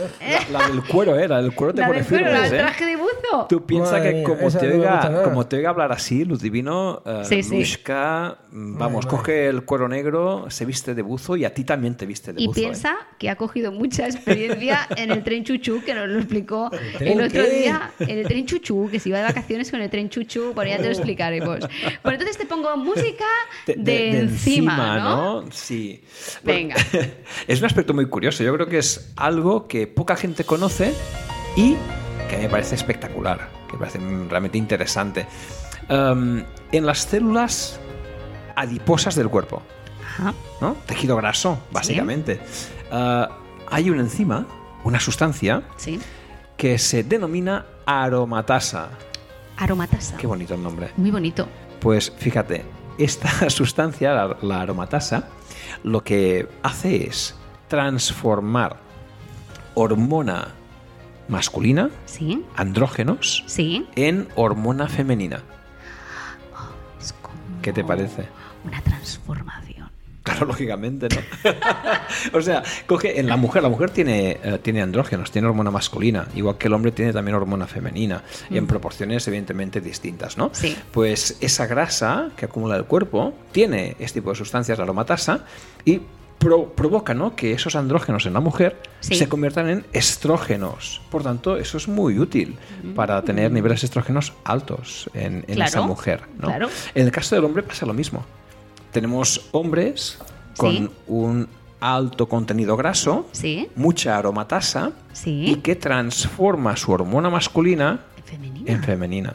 [SPEAKER 2] La, la del cuero, ¿eh? La del cuero te
[SPEAKER 1] La
[SPEAKER 2] pone
[SPEAKER 1] del cuero, la
[SPEAKER 2] firmes,
[SPEAKER 1] del
[SPEAKER 2] ¿eh?
[SPEAKER 1] traje de buzo.
[SPEAKER 2] Tú piensas
[SPEAKER 3] Madre
[SPEAKER 2] que
[SPEAKER 3] mía,
[SPEAKER 2] como
[SPEAKER 3] esa
[SPEAKER 2] te,
[SPEAKER 3] no me gusta
[SPEAKER 2] oiga,
[SPEAKER 3] nada.
[SPEAKER 2] como te oiga hablar así, Luz Divino, eh,
[SPEAKER 1] Sí, sí.
[SPEAKER 2] Luisca, mm, vamos, coge el cuero negro, se viste de buzo y a ti también te viste de
[SPEAKER 1] Y
[SPEAKER 2] buzo. ¿eh?
[SPEAKER 1] piensa que ha cogido mucha experiencia en el tren chuchú, que nos lo explicó el,
[SPEAKER 3] tren
[SPEAKER 1] otro
[SPEAKER 3] qué?
[SPEAKER 1] día, en el tren chuchú, que se iba de vacaciones con el tren chuchú, bueno, ya te lo explicaremos. Bueno, entonces te pongo música de,
[SPEAKER 2] Oh. de, de- de
[SPEAKER 1] encima, ¿no?
[SPEAKER 2] Sí.
[SPEAKER 1] Venga.
[SPEAKER 2] es un aspecto muy curioso. Yo creo que es algo que poca gente conoce y que me parece espectacular, que me parece mm, realmente interesante. Em, en las células adiposas del cuerpo,
[SPEAKER 1] Ajá.
[SPEAKER 2] ¿no? Tejido graso, básicamente. eh, hay una enzima, una sustancia,
[SPEAKER 1] Sí.
[SPEAKER 2] que se denomina aromatasa.
[SPEAKER 1] Aromatasa.
[SPEAKER 2] Qué bonito el nombre.
[SPEAKER 1] Muy bonito.
[SPEAKER 2] Pues fíjate, esta sustancia, la, la aromatasa, lo que hace es transformar hormona masculina,
[SPEAKER 1] Sí.
[SPEAKER 2] andrógenos,
[SPEAKER 1] Sí.
[SPEAKER 2] en hormona femenina.
[SPEAKER 1] Es como
[SPEAKER 2] ¿Qué te parece?
[SPEAKER 1] Una transformación.
[SPEAKER 2] Claro, lógicamente, ¿no? o sea, coge en la mujer, la mujer tiene, eh, tiene andrógenos, tiene hormona masculina, igual que el hombre tiene también hormona femenina, en proporciones evidentemente distintas, ¿no?
[SPEAKER 1] Mm. Sí.
[SPEAKER 2] Pues esa grasa que acumula el cuerpo tiene este tipo de sustancias, la aromatasa, y pro- provoca, ¿no? Que esos andrógenos en la mujer
[SPEAKER 1] Sí.
[SPEAKER 2] se conviertan en estrógenos. Por tanto, eso es muy útil para tener niveles de estrógenos altos
[SPEAKER 1] Mm.
[SPEAKER 2] en, en
[SPEAKER 1] Claro,
[SPEAKER 2] esa mujer, ¿no?
[SPEAKER 1] claro.
[SPEAKER 2] En el caso del hombre pasa lo mismo tenemos hombres con
[SPEAKER 1] Sí.
[SPEAKER 2] un alto contenido graso,
[SPEAKER 1] Sí.
[SPEAKER 2] mucha aromatasa
[SPEAKER 1] Sí.
[SPEAKER 2] y que transforma su hormona masculina
[SPEAKER 1] Femenina.
[SPEAKER 2] en femenina.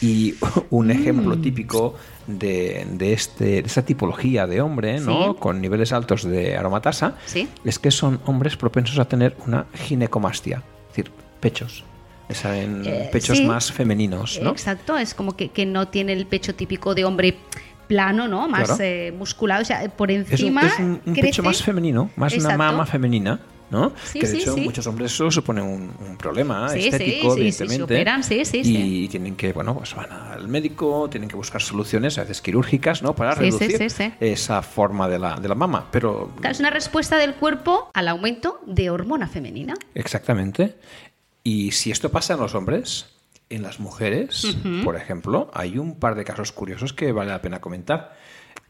[SPEAKER 2] Y
[SPEAKER 1] Mm.
[SPEAKER 2] un ejemplo típico de, de este, de esta tipología de hombre, ¿no?
[SPEAKER 1] Sí.
[SPEAKER 2] Con niveles altos de aromatasa,
[SPEAKER 1] Sí.
[SPEAKER 2] es que son hombres propensos a tener una ginecomastia, es decir, pechos. Le salen
[SPEAKER 1] Eh,
[SPEAKER 2] pechos
[SPEAKER 1] sí.
[SPEAKER 2] más femeninos, ¿no?
[SPEAKER 1] Exacto, es como que, que no tiene el pecho típico de hombre plano, ¿no? Más
[SPEAKER 2] Claro.
[SPEAKER 1] eh, musculado, o sea, por
[SPEAKER 2] es un,
[SPEAKER 1] encima.
[SPEAKER 2] es un- un
[SPEAKER 1] crece-
[SPEAKER 2] pecho más femenino, más
[SPEAKER 1] Exacto.
[SPEAKER 2] una mama femenina, ¿no?
[SPEAKER 1] Sí,
[SPEAKER 2] que de
[SPEAKER 1] sí,
[SPEAKER 2] hecho
[SPEAKER 1] sí.
[SPEAKER 2] muchos hombres eso supone un, un problema
[SPEAKER 1] Sí, sí,
[SPEAKER 2] estético,
[SPEAKER 1] sí, sí, se
[SPEAKER 2] evidentemente.
[SPEAKER 1] operan, sí, sí,
[SPEAKER 2] y
[SPEAKER 1] sí.
[SPEAKER 2] tienen que, bueno, pues van al médico, tienen que buscar soluciones, a veces quirúrgicas, ¿no? Para
[SPEAKER 1] Sí, sí, sí,
[SPEAKER 2] reducir
[SPEAKER 1] sí.
[SPEAKER 2] esa forma de la, de la mama. Pero
[SPEAKER 1] Claro, es una respuesta del cuerpo al aumento de hormona femenina.
[SPEAKER 2] Exactamente. Y si esto pasa en los hombres, en las mujeres, por ejemplo, hay un par de casos curiosos que vale la pena comentar.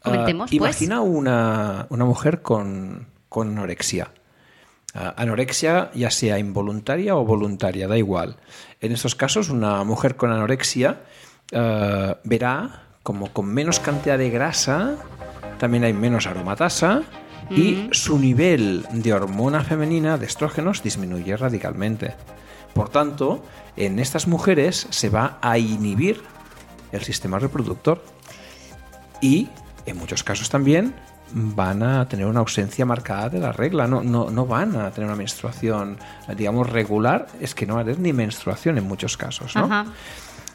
[SPEAKER 2] Ah,
[SPEAKER 1] Comentemos, pues.
[SPEAKER 2] Imagina una, una mujer con, con anorexia. Ah, anorexia, ya sea involuntaria o voluntaria, da igual. En estos casos, una mujer con anorexia ah, verá como con menos cantidad de grasa también hay menos aromatasa y su nivel de hormona femenina de estrógenos disminuye radicalmente. Por tanto, en estas mujeres se va a inhibir el sistema reproductor. Y en muchos casos también van a tener una ausencia marcada de la regla, no, no, no van a tener una menstruación, digamos, regular, es que no va a tener ni menstruación en muchos casos, Pues ¿no?
[SPEAKER 1] Ajá.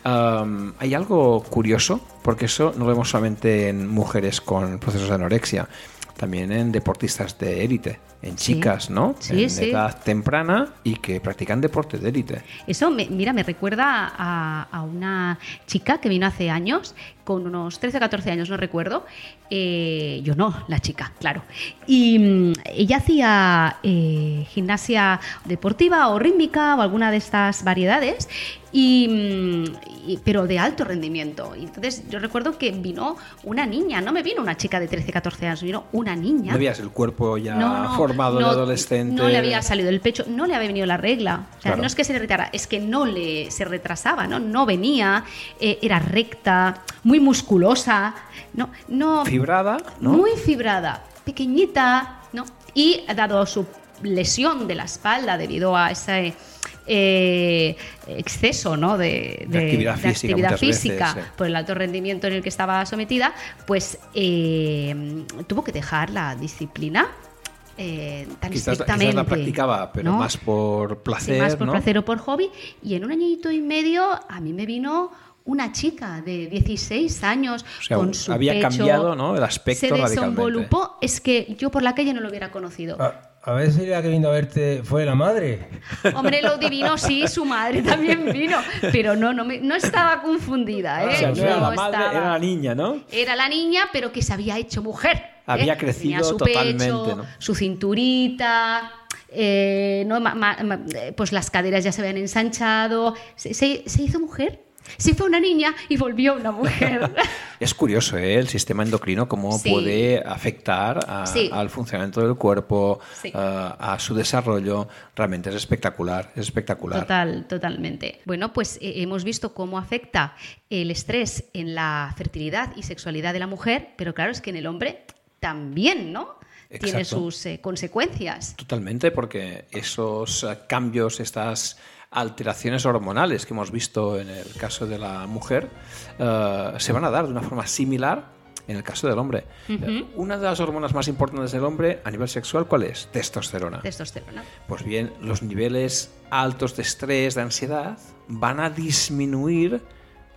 [SPEAKER 2] Um, hay algo curioso, porque eso no lo vemos solamente en mujeres con procesos de anorexia, también en deportistas de élite, en
[SPEAKER 1] Sí.
[SPEAKER 2] chicas, ¿no?
[SPEAKER 1] Sí,
[SPEAKER 2] en
[SPEAKER 1] sí.
[SPEAKER 2] edad temprana y que practican deporte de élite.
[SPEAKER 1] Eso, me- mira, me recuerda a, a una chica que vino hace años, con unos 13 o 14 años, no recuerdo. Eh, yo no, la chica, claro. Y mm, ella hacía eh, gimnasia deportiva o rítmica o alguna de estas variedades, y, mm, y- pero de alto rendimiento. Y entonces yo recuerdo que vino una niña, no me vino una chica de 13 o 14 años, vino una niña.
[SPEAKER 2] No veías el cuerpo ya
[SPEAKER 1] No, no,
[SPEAKER 2] formado de
[SPEAKER 1] no,
[SPEAKER 2] adolescente.
[SPEAKER 1] No le había salido el pecho, no le había venido la regla. O sea,
[SPEAKER 2] Claro.
[SPEAKER 1] no es que se le retara, es que no le se retrasaba, ¿no? No venía, eh, era recta, muy musculosa, no, no,
[SPEAKER 2] Fibrada, ¿no?
[SPEAKER 1] muy fibrada, pequeñita, ¿no? Y dado su lesión de la espalda debido a ese eh, exceso ¿no? de,
[SPEAKER 2] De actividad física
[SPEAKER 1] actividad
[SPEAKER 2] muchas veces,
[SPEAKER 1] física
[SPEAKER 2] sí.
[SPEAKER 1] por el alto rendimiento en el que estaba sometida, pues eh, tuvo que dejar la disciplina eh, tan
[SPEAKER 2] Quizás, quizás
[SPEAKER 1] estrictamente.
[SPEAKER 2] la practicaba, pero
[SPEAKER 1] ¿no?
[SPEAKER 2] más por
[SPEAKER 1] Sí,
[SPEAKER 2] placer,
[SPEAKER 1] más por
[SPEAKER 2] ¿no?
[SPEAKER 1] placer o por hobby. Y en un añito y medio a mí me vino una chica de 16 años
[SPEAKER 2] O sea,
[SPEAKER 1] con su
[SPEAKER 2] había
[SPEAKER 1] pecho,
[SPEAKER 2] cambiado, ¿no? el aspecto
[SPEAKER 1] se
[SPEAKER 2] radicalmente. Ah.
[SPEAKER 1] desenvolupó, es que yo por la calle no lo hubiera conocido.
[SPEAKER 3] A, a ver si la que vino a verte fue la madre.
[SPEAKER 1] Hombre, lo divino sí, su madre también vino, pero no, no, me- no estaba confundida, ¿eh?
[SPEAKER 2] Ah, O sea, no era
[SPEAKER 1] No
[SPEAKER 2] la madre,
[SPEAKER 1] estaba.
[SPEAKER 2] era la niña, ¿no?
[SPEAKER 1] Era la niña, pero que se había hecho mujer. ¿eh? Tenía
[SPEAKER 2] Había crecido
[SPEAKER 1] su
[SPEAKER 2] totalmente,
[SPEAKER 1] pecho,
[SPEAKER 2] ¿no?
[SPEAKER 1] Su cinturita. eh, no, ma- ma- ma- eh, pues las caderas ya se habían ensanchado. Se, se- se hizo mujer. Se fue una niña y volvió una mujer.
[SPEAKER 2] Es curioso, ¿eh? El sistema endocrino, cómo
[SPEAKER 1] Sí.
[SPEAKER 2] puede afectar a-
[SPEAKER 1] Sí.
[SPEAKER 2] al funcionamiento del cuerpo,
[SPEAKER 1] Sí.
[SPEAKER 2] a, a su desarrollo. Realmente es espectacular, es espectacular.
[SPEAKER 1] Total, totalmente. Bueno, pues eh, hemos visto cómo afecta el estrés en la fertilidad y sexualidad de la mujer, pero claro, es que en el hombre también, ¿no? Tiene
[SPEAKER 2] Exacto.
[SPEAKER 1] sus eh, consecuencias.
[SPEAKER 2] Totalmente, porque esos eh, cambios, estas alteraciones hormonales que hemos visto en el caso de la mujer, eh, se van a dar de una forma similar en el caso del hombre. Eh, Una de las hormonas más importantes del hombre a nivel sexual, ¿cuál es? Testosterona.
[SPEAKER 1] Testosterona.
[SPEAKER 2] Pues bien, los niveles altos de estrés, de ansiedad, van a disminuir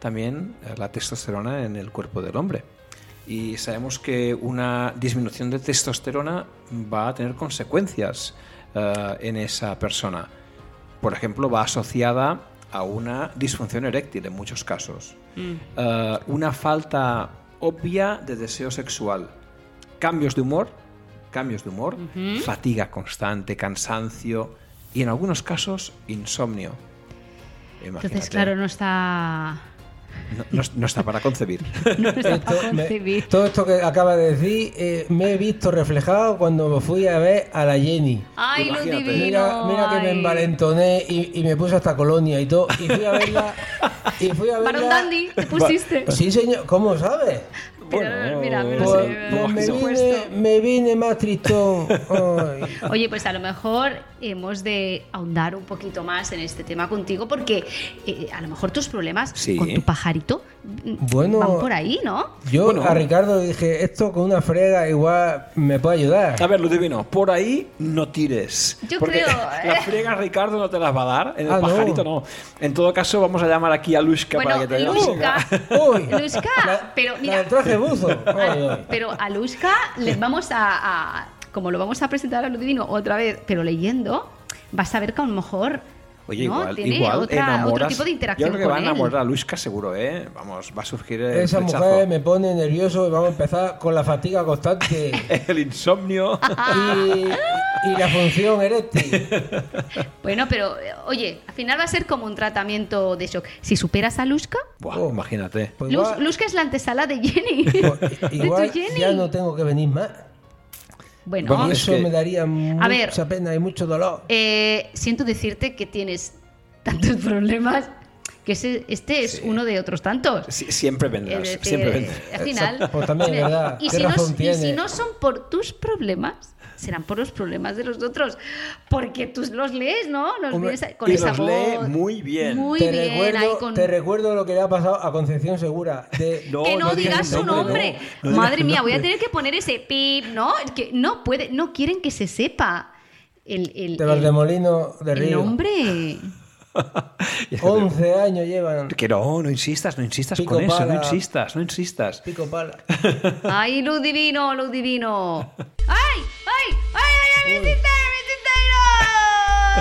[SPEAKER 2] también eh, la testosterona en el cuerpo del hombre. Y sabemos que una disminución de testosterona va a tener consecuencias eh, en esa persona. Por ejemplo, va asociada a una disfunción eréctil en muchos casos, Eh, una falta obvia de deseo sexual, cambios de humor, cambios de humor, fatiga constante, cansancio y en algunos casos insomnio. Imagínate,
[SPEAKER 1] Entonces, claro, no está.
[SPEAKER 2] no- no- no está para concebir.
[SPEAKER 1] No está para
[SPEAKER 3] Me-
[SPEAKER 1] concebir.
[SPEAKER 3] todo esto que acaba de decir eh, me he visto reflejado cuando me fui a ver a la Jenny.
[SPEAKER 1] Ay, lo
[SPEAKER 2] Imagínate.
[SPEAKER 1] divino.
[SPEAKER 3] Mira, mira que me
[SPEAKER 1] ay.
[SPEAKER 3] envalentoné y, y me puse hasta colonia y todo. Y fui a verla. y fui a verla.
[SPEAKER 1] Barón Dandy, te pusiste.
[SPEAKER 3] pues Sí, señor. ¿Cómo sabes?
[SPEAKER 1] Pero, mira, mira,
[SPEAKER 2] Pues-
[SPEAKER 1] sí,
[SPEAKER 2] no,
[SPEAKER 3] Pues me,
[SPEAKER 2] por
[SPEAKER 3] vine, me vine más tristón. Ay.
[SPEAKER 1] Oye, pues a lo mejor hemos de ahondar un poquito más en este tema contigo, porque eh, a lo mejor tus problemas
[SPEAKER 2] Sí.
[SPEAKER 1] con tu pajarito mm,
[SPEAKER 3] Bueno.
[SPEAKER 1] van por ahí, ¿no?
[SPEAKER 3] Yo
[SPEAKER 2] Bueno.
[SPEAKER 3] a Ricardo dije, esto con una frega igual me puede ayudar.
[SPEAKER 2] A ver, lo divino, por ahí no tires.
[SPEAKER 1] Yo
[SPEAKER 2] porque
[SPEAKER 1] creo,
[SPEAKER 2] Las
[SPEAKER 1] ¿eh?
[SPEAKER 2] friegas Ricardo no te las va a dar, en el
[SPEAKER 3] Ah, no.
[SPEAKER 2] pajarito no. En todo caso, vamos a llamar aquí a Luisca para
[SPEAKER 1] Bueno,
[SPEAKER 2] que te dé la
[SPEAKER 1] Luisca,
[SPEAKER 2] frega.
[SPEAKER 3] Uy.
[SPEAKER 1] Luisca,
[SPEAKER 3] La-
[SPEAKER 1] pero
[SPEAKER 3] la
[SPEAKER 1] mira,
[SPEAKER 3] del traje buzo. Ay, ay.
[SPEAKER 1] pero a Luisca les vamos a, a- como lo vamos a presentar a lo divino otra vez, pero leyendo, vas a ver que a lo mejor
[SPEAKER 2] Oye,
[SPEAKER 1] ¿no?
[SPEAKER 2] igual,
[SPEAKER 1] tiene
[SPEAKER 2] igual
[SPEAKER 1] otra-
[SPEAKER 2] enamoras.
[SPEAKER 1] otro tipo de interacción
[SPEAKER 2] Yo creo que
[SPEAKER 1] con
[SPEAKER 2] va a
[SPEAKER 1] él.
[SPEAKER 2] enamorar a Luisca seguro, ¿eh? Vamos, va a surgir el
[SPEAKER 3] Esa
[SPEAKER 2] flechazo.
[SPEAKER 3] mujer me pone nervioso y vamos a empezar con la fatiga constante
[SPEAKER 2] El insomnio.
[SPEAKER 1] Ah.
[SPEAKER 3] y, y la función eréctil.
[SPEAKER 1] Bueno, pero eh, oye, al final va a ser como un tratamiento de shock. Si superas a Luisca,
[SPEAKER 2] Buah,
[SPEAKER 3] Oh.
[SPEAKER 2] imagínate.
[SPEAKER 3] Pues
[SPEAKER 1] Luz,
[SPEAKER 3] igual-
[SPEAKER 1] Luz, que es la antesala de Jenny.
[SPEAKER 3] pues
[SPEAKER 1] de tu
[SPEAKER 3] igual
[SPEAKER 1] Jenny.
[SPEAKER 3] ya no tengo que venir más.
[SPEAKER 1] Bueno,
[SPEAKER 2] Bueno,
[SPEAKER 3] Y
[SPEAKER 2] es
[SPEAKER 3] eso
[SPEAKER 2] que-
[SPEAKER 3] me daría mucha
[SPEAKER 1] ver.
[SPEAKER 3] pena y mucho dolor.
[SPEAKER 1] eh, siento decirte que tienes tantos problemas que ese- este es uno de otros tantos.
[SPEAKER 2] Sí, siempre vendrás,
[SPEAKER 1] Es decir,
[SPEAKER 2] siempre vendrás.
[SPEAKER 1] al final.
[SPEAKER 3] Pues también es verdad.
[SPEAKER 1] Y
[SPEAKER 3] ¿Qué
[SPEAKER 1] si, no,
[SPEAKER 3] razón
[SPEAKER 1] y si
[SPEAKER 3] tiene?
[SPEAKER 1] no son por tus problemas, serán por los problemas de los otros, porque tú los lees, ¿no? Los
[SPEAKER 2] Hombre,
[SPEAKER 1] lees con
[SPEAKER 2] y
[SPEAKER 1] esa
[SPEAKER 2] los
[SPEAKER 1] voz.
[SPEAKER 2] lee muy bien.
[SPEAKER 1] Muy
[SPEAKER 3] te,
[SPEAKER 1] bien,
[SPEAKER 3] recuerdo,
[SPEAKER 1] ahí con-
[SPEAKER 3] te recuerdo lo que le ha pasado a Concepción Segura. de-
[SPEAKER 1] que no, digas
[SPEAKER 3] no digas
[SPEAKER 1] su nombre.
[SPEAKER 3] nombre,
[SPEAKER 2] no. No digas
[SPEAKER 1] Madre
[SPEAKER 2] su
[SPEAKER 1] mía, voy a
[SPEAKER 2] nombre.
[SPEAKER 1] tener que poner ese pip, ¿no? Es Que no puede, no quieren que se sepa el, el,
[SPEAKER 3] de
[SPEAKER 1] el-
[SPEAKER 3] Valdemolino de
[SPEAKER 1] el
[SPEAKER 3] Río.
[SPEAKER 1] nombre.
[SPEAKER 2] Ya te-
[SPEAKER 3] 11 años llevan.
[SPEAKER 2] Que no, no insistas, no insistas
[SPEAKER 3] Oh. Pico
[SPEAKER 2] con eso,
[SPEAKER 3] pala.
[SPEAKER 2] no insistas, no insistas.
[SPEAKER 3] Pico pala.
[SPEAKER 1] ¡Ay, luz divino, luz divino! ¡Ay! ¡Ay! ¡Ay, ay, ay!
[SPEAKER 3] Uy.
[SPEAKER 1] ¡Vicente,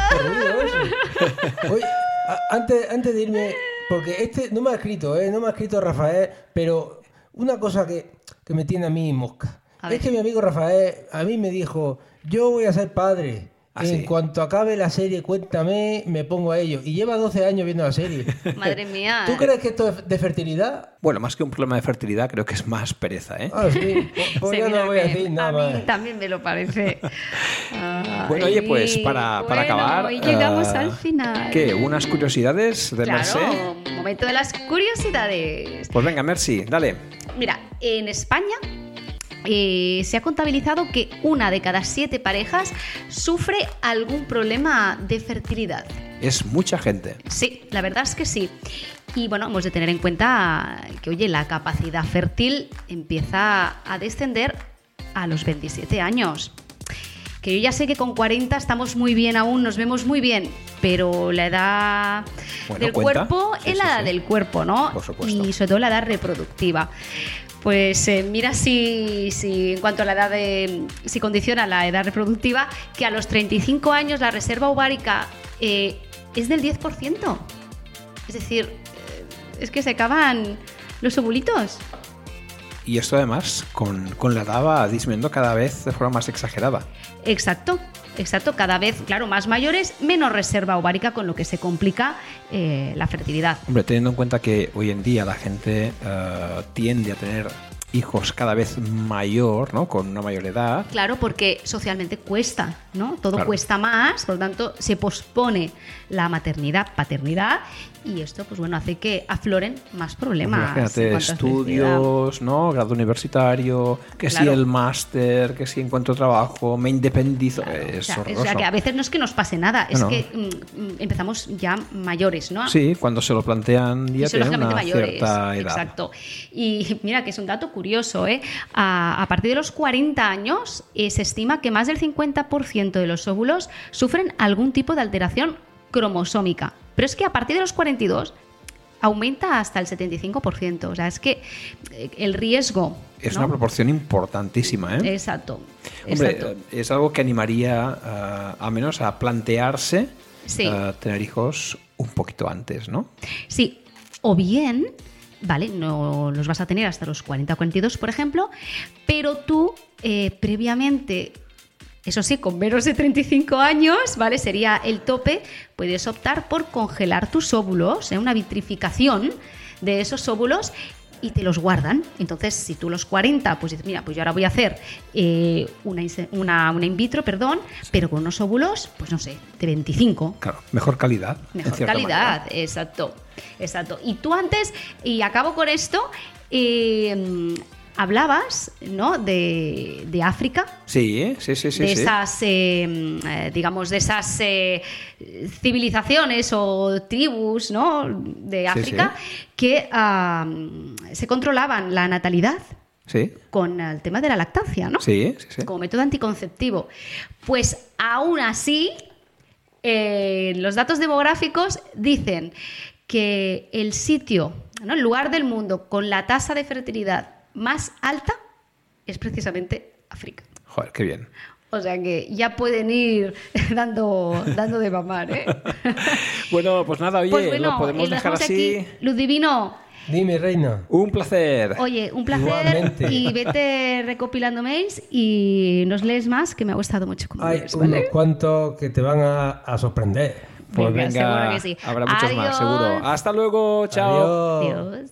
[SPEAKER 3] Qué
[SPEAKER 1] Vicente!
[SPEAKER 3] ruido eso. Oye, a- antes, antes de irme, porque este no me ha escrito, ¿eh? no me ha escrito Rafael, pero una cosa que, que me tiene a mí mosca.
[SPEAKER 1] A ver.
[SPEAKER 3] es que mi amigo Rafael a mí me dijo, yo voy a ser padre.
[SPEAKER 2] Ah,
[SPEAKER 3] en
[SPEAKER 2] sí.
[SPEAKER 3] cuanto acabe la serie, cuéntame, me pongo a ello. Y lleva 12 años viendo la serie.
[SPEAKER 1] Madre mía.
[SPEAKER 3] ¿Tú crees que esto es de fertilidad?
[SPEAKER 2] Bueno, más que un problema de fertilidad, creo que es más pereza, ¿eh?
[SPEAKER 3] Ah, sí. Pues- Pues
[SPEAKER 1] Se
[SPEAKER 3] yo
[SPEAKER 1] mira
[SPEAKER 3] no voy a
[SPEAKER 1] que
[SPEAKER 3] decir
[SPEAKER 1] a
[SPEAKER 3] nada
[SPEAKER 1] mí
[SPEAKER 3] más.
[SPEAKER 1] también me lo parece. Ay,
[SPEAKER 2] Bueno, oye, pues para, para
[SPEAKER 1] bueno,
[SPEAKER 2] acabar.
[SPEAKER 1] y llegamos
[SPEAKER 2] ah,
[SPEAKER 1] al final.
[SPEAKER 2] ¿Qué? ¿Unas curiosidades de Mercé?
[SPEAKER 1] Claro, momento de las curiosidades.
[SPEAKER 2] Pues venga, Mercy, dale.
[SPEAKER 1] Mira, en España eh, se ha contabilizado que una de cada siete parejas sufre algún problema de fertilidad.
[SPEAKER 2] Es mucha gente.
[SPEAKER 1] Sí, la verdad es que sí. Y bueno, hemos de tener en cuenta que, oye, la capacidad fértil empieza a descender a los 27 años. Que yo ya sé que con 40 estamos muy bien aún, nos vemos muy bien, pero la edad
[SPEAKER 2] Bueno,
[SPEAKER 1] del
[SPEAKER 2] cuenta.
[SPEAKER 1] cuerpo
[SPEAKER 2] Sí,
[SPEAKER 1] es
[SPEAKER 2] sí,
[SPEAKER 1] la edad
[SPEAKER 2] sí.
[SPEAKER 1] del cuerpo, ¿no?
[SPEAKER 2] Por supuesto.
[SPEAKER 1] Y sobre todo la edad reproductiva. Pues eh, mira si, si en cuanto a la edad de, si condiciona la edad reproductiva, que a los 35 años la reserva ovárica eh, es del 10%. Es decir, eh, es que se acaban los ovulitos.
[SPEAKER 2] Y esto además con, con la edad va disminuyendo cada vez de forma más exagerada.
[SPEAKER 1] Exacto, exacto. Cada vez, claro, más mayores, menos reserva ovárica, con lo que se complica eh, la fertilidad.
[SPEAKER 2] Hombre, teniendo en cuenta que hoy en día la gente eh, tiende a tener hijos cada vez mayor, ¿no? Con una mayor edad.
[SPEAKER 1] Claro, porque socialmente cuesta, ¿no? Todo
[SPEAKER 2] Claro.
[SPEAKER 1] cuesta más, por lo tanto se pospone la maternidad, paternidad, y esto, pues bueno, hace que afloren más problemas. en
[SPEAKER 2] Imagínate,
[SPEAKER 1] cuanto a felicidad.
[SPEAKER 2] estudios, ¿no? Grado universitario, que
[SPEAKER 1] Claro.
[SPEAKER 2] si el máster, que si encuentro trabajo, me independizo.
[SPEAKER 1] O
[SPEAKER 2] eh, es
[SPEAKER 1] sea, o
[SPEAKER 2] horroroso.
[SPEAKER 1] sea, que a veces no es que nos pase nada, es
[SPEAKER 2] No, no.
[SPEAKER 1] que mm, mm, empezamos ya mayores, ¿no?
[SPEAKER 2] Sí, cuando se lo plantean ya tienen
[SPEAKER 1] fisiológicamente
[SPEAKER 2] una
[SPEAKER 1] mayores.
[SPEAKER 2] cierta edad.
[SPEAKER 1] Exacto. Y mira que es un dato curioso, ¿eh? A, a partir de los 40 años eh, se estima que más del 50% de los óvulos sufren algún tipo de alteración cromosómica. Pero es que a partir de los 42 aumenta hasta el 75%. O sea, es que eh, el riesgo...
[SPEAKER 2] Es
[SPEAKER 1] ¿no?
[SPEAKER 2] una proporción importantísima, ¿eh?
[SPEAKER 1] Exacto.
[SPEAKER 2] Hombre,
[SPEAKER 1] exacto.
[SPEAKER 2] eh, es algo que animaría eh, a menos a plantearse
[SPEAKER 1] Sí.
[SPEAKER 2] eh, tener hijos un poquito antes, ¿no?
[SPEAKER 1] Sí, o bien, vale, no los vas a tener hasta los 40 o 42, por ejemplo, pero tú eh, previamente, eso sí, con menos de 35 años, ¿vale? Sería el tope, puedes optar por congelar tus óvulos, ¿eh? una vitrificación de esos óvulos. Y te los guardan. Entonces, si tú los 40, pues dices, mira, pues yo ahora voy a hacer eh, una, inse- una- una in vitro, perdón, pero con unos óvulos, pues no sé, de 25,
[SPEAKER 2] Claro, mejor calidad. en
[SPEAKER 1] Mejor
[SPEAKER 2] cierta
[SPEAKER 1] calidad,
[SPEAKER 2] manera.
[SPEAKER 1] exacto, exacto. Y tú antes, y acabo con esto, eh, mm, hablabas, ¿no? De, de África,
[SPEAKER 2] Sí, ¿eh? sí, sí, sí.
[SPEAKER 1] de
[SPEAKER 2] sí.
[SPEAKER 1] esas, eh, mm, eh, digamos, de esas eh, civilizaciones o tribus, ¿no? De
[SPEAKER 2] Sí,
[SPEAKER 1] África, que ah, mm, se controlaban la natalidad
[SPEAKER 2] Sí,
[SPEAKER 1] con el tema de la lactancia, ¿no?
[SPEAKER 2] sí, sí, sí.
[SPEAKER 1] como método anticonceptivo. Pues aún así, eh, los datos demográficos dicen que el sitio, ¿no? el lugar del mundo con la tasa de fertilidad más alta es precisamente África.
[SPEAKER 2] Joder, qué bien.
[SPEAKER 1] O sea que ya pueden ir dando, dando de mamar, ¿eh?
[SPEAKER 2] Bueno, pues nada, oye,
[SPEAKER 1] Pues bueno,
[SPEAKER 2] lo
[SPEAKER 1] eh,
[SPEAKER 2] podemos
[SPEAKER 1] lo
[SPEAKER 2] dejar
[SPEAKER 1] dejamos
[SPEAKER 2] así.
[SPEAKER 1] aquí. Luz Divino,
[SPEAKER 3] Dime, reina.
[SPEAKER 2] Un placer.
[SPEAKER 1] oye, un placer.
[SPEAKER 3] Igualmente.
[SPEAKER 1] Y vete recopilando mails y nos lees más, que me ha gustado mucho. como
[SPEAKER 3] Hay
[SPEAKER 1] lees, Pues, ¿vale?
[SPEAKER 3] unos cuantos que te van a, a sorprender.
[SPEAKER 2] Pues
[SPEAKER 1] Venga,
[SPEAKER 2] venga,
[SPEAKER 1] seguro que sí.
[SPEAKER 2] habrá muchos más,
[SPEAKER 1] Adiós.
[SPEAKER 2] seguro. Hasta luego, chao.
[SPEAKER 3] Adiós.
[SPEAKER 1] Adiós.